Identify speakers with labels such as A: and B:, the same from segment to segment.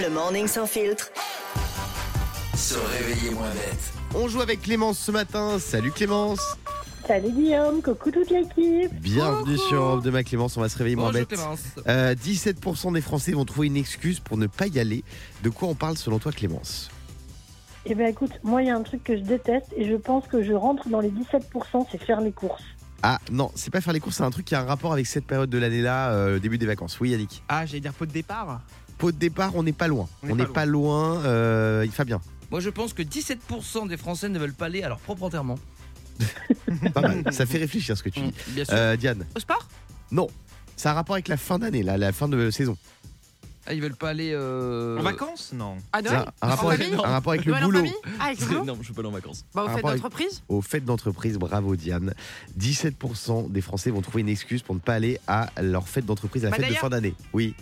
A: Le morning sans filtre.
B: Se réveiller moins bête.
C: On joue avec Clémence ce matin. Salut Clémence.
D: Salut Guillaume, coucou toute l'équipe.
C: Bienvenue sur Europe de ma Clémence. On va se réveiller moins
E: Bonjour
C: bête.
E: Clémence.
C: Euh, 17% des Français vont trouver une excuse pour ne pas y aller. De quoi on parle selon toi Clémence
D: Eh bien écoute, moi il y a un truc que je déteste et je pense que je rentre dans les 17%, c'est faire les courses.
C: Ah non, c'est pas faire les courses, c'est un truc qui a un rapport avec cette période de l'année-là, euh, le début des vacances. Oui Yannick.
E: Ah, j'allais dire pot de départ.
C: Pot de départ, on n'est pas loin. On n'est pas loin. Euh, Fabien,
E: Moi, je pense que 17% des Français ne veulent pas aller à leur propre enterrement.
C: pas mal. Ça fait réfléchir ce que tu dis.
E: Mm, Bien sûr.
C: Euh, Diane,
E: Au sport
C: non. Ça a un rapport avec la fin d'année, là, la fin de saison.
E: Ah, ils veulent pas aller. euh,
F: En vacances Non.
G: À
C: Ça
G: Noël
C: a un rapport,
G: En
C: avec,
G: famille
C: un rapport avec le
G: Noël en
C: boulot.
G: famille Ah, avec le boulot
F: Non, je suis pas allé en vacances.
G: Bah,
C: Un
G: au fait
C: rapport avec-
G: d'entreprise
C: aux fêtes d'entreprise. Bravo Diane. 17% des Français vont trouver une excuse pour ne pas aller à leur fête d'entreprise, à la
G: Bah,
C: fête de
G: d'ailleurs-
C: fin d'année. Oui,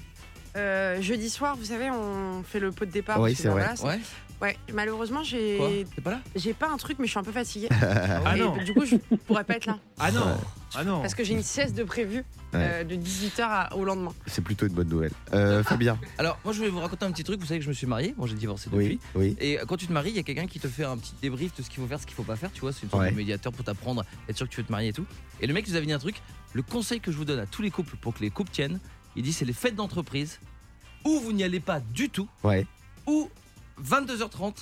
G: Euh, Jeudi soir, vous savez, on fait le pot de départ.
C: Oui,
G: parce que,
C: c'est
G: bah,
C: vrai.
G: voilà, c'est-
E: Ouais,
G: Ouais, malheureusement,
E: quoi
G: j'ai
E: T'es pas là
G: j'ai pas un truc, mais je suis un peu fatiguée.
F: Ah
G: Et
F: non
G: du coup, je pourrais pas être là.
F: Ah non Ah non
G: Parce que j'ai une sieste de prévue euh, de 18h au lendemain.
C: c'est plutôt une bonne nouvelle. Euh, Fabien,
E: Alors, moi, je voulais vous raconter un petit truc. Vous savez que je me suis marié. Bon, j'ai divorcé depuis.
C: oui, oui.
E: Et euh, quand tu te maries, il y a quelqu'un qui te fait un petit débrief de ce qu'il faut faire, ce qu'il faut pas faire. Tu vois, c'est une sorte
C: Ouais.
E: de médiateur pour t'apprendre, être sûr que tu veux te marier et tout. Et le mec nous avait dit un truc. Le conseil que je vous donne à tous les couples pour que les couples tiennent, il dit c'est les fêtes d'entreprise où vous n'y allez pas du tout.
C: Ouais.
E: Ou 22h30,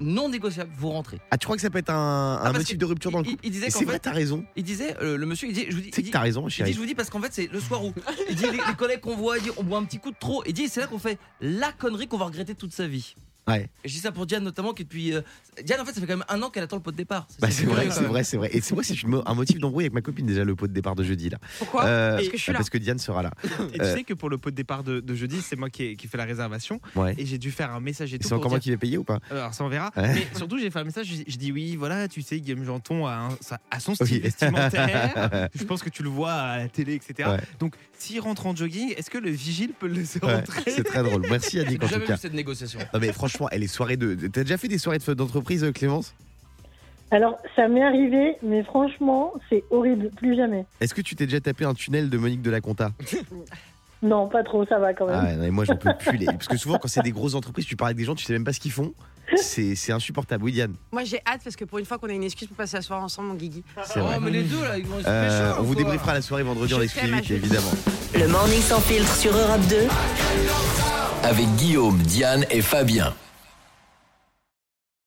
E: non négociable, vous rentrez.
C: Ah, tu crois que ça peut être un, un
E: parce
C: motif
E: que
C: de rupture dans le
E: il,
C: couple
E: il disait
C: Et
E: qu'en
C: C'est vrai,
E: fait,
C: t'as raison.
E: il disait euh, le monsieur, il dit, je vous dis,
C: C'est
E: il
C: que
E: dit-
C: t'as raison,
E: il dit,
C: chérie.
E: je vous dis parce qu'en fait c'est le soir où il dit les, les collègues qu'on voit, il dit, on boit un petit coup de trop. Il dit c'est là qu'on fait la connerie qu'on va regretter toute sa vie.
C: Ouais.
E: Et je dis ça pour Diane notamment qui depuis euh, Diane en fait ça fait quand même un an qu'elle attend le pot de départ.
C: Bah, c'est vrai,
E: curieux, quand
C: c'est
E: même.
C: vrai, c'est vrai. Et c'est moi, c'est une mo- un motif d'embrouille avec ma copine déjà le pot de départ de jeudi là.
G: Pourquoi
C: Euh,
G: Parce que je suis là.
C: Parce que Diane sera là.
F: Et tu
C: Euh.
F: sais que pour le pot de départ de, de jeudi, c'est moi qui ai, qui ai fait la réservation
C: Ouais.
F: et j'ai dû faire un message et tout.
C: C'est encore
F: pour
C: moi
F: dire- euh,
C: qui vais payer ou pas
F: Alors ça on verra.
C: Ouais.
F: Mais surtout, j'ai fait un message, je, je dis oui, voilà, tu sais, Guillaume Janton a, un- sa- a son style
C: Oui.
F: vestimentaire. je pense que tu le vois à la télé, etc.
C: Ouais.
F: Donc s'il rentre en jogging, est-ce que le vigile peut le laisser
C: Ouais,
F: rentrer
C: C'est très drôle. Merci
E: J'ai
C: Yannick en tout
E: jamais
C: cas.
E: vu cette négociation.
C: Non mais franchement, elle est soirée de. T'as déjà fait des soirées de fête d'entreprise, euh, Clémence
D: Alors ça m'est arrivé, mais franchement c'est horrible, plus jamais.
C: Est-ce que tu t'es déjà tapé un tunnel de Monique de la Conta
D: Non, pas trop, ça va quand même.
C: Ah ouais, non, mais moi j'en peux plus. les- Parce que souvent quand c'est des grosses entreprises, tu parles avec des gens, tu sais même pas ce qu'ils font. C'est c'est insupportable. Oui Diane,
G: Moi, j'ai hâte parce que pour une fois qu'on a une excuse pour passer la soirée ensemble, mon Guigui.
C: c'est
E: Oh
C: vrai.
E: mais hein. les deux là ils vont ils se
C: Euh,
E: pécho,
C: on vous
E: quoi.
C: débriefera la soirée vendredi en
G: Je t'aime,
C: exclusivité
G: Julie.
C: évidemment.
A: Le morning sans filtre sur Europe 2.
B: Avec Guillaume, Diane et Fabien.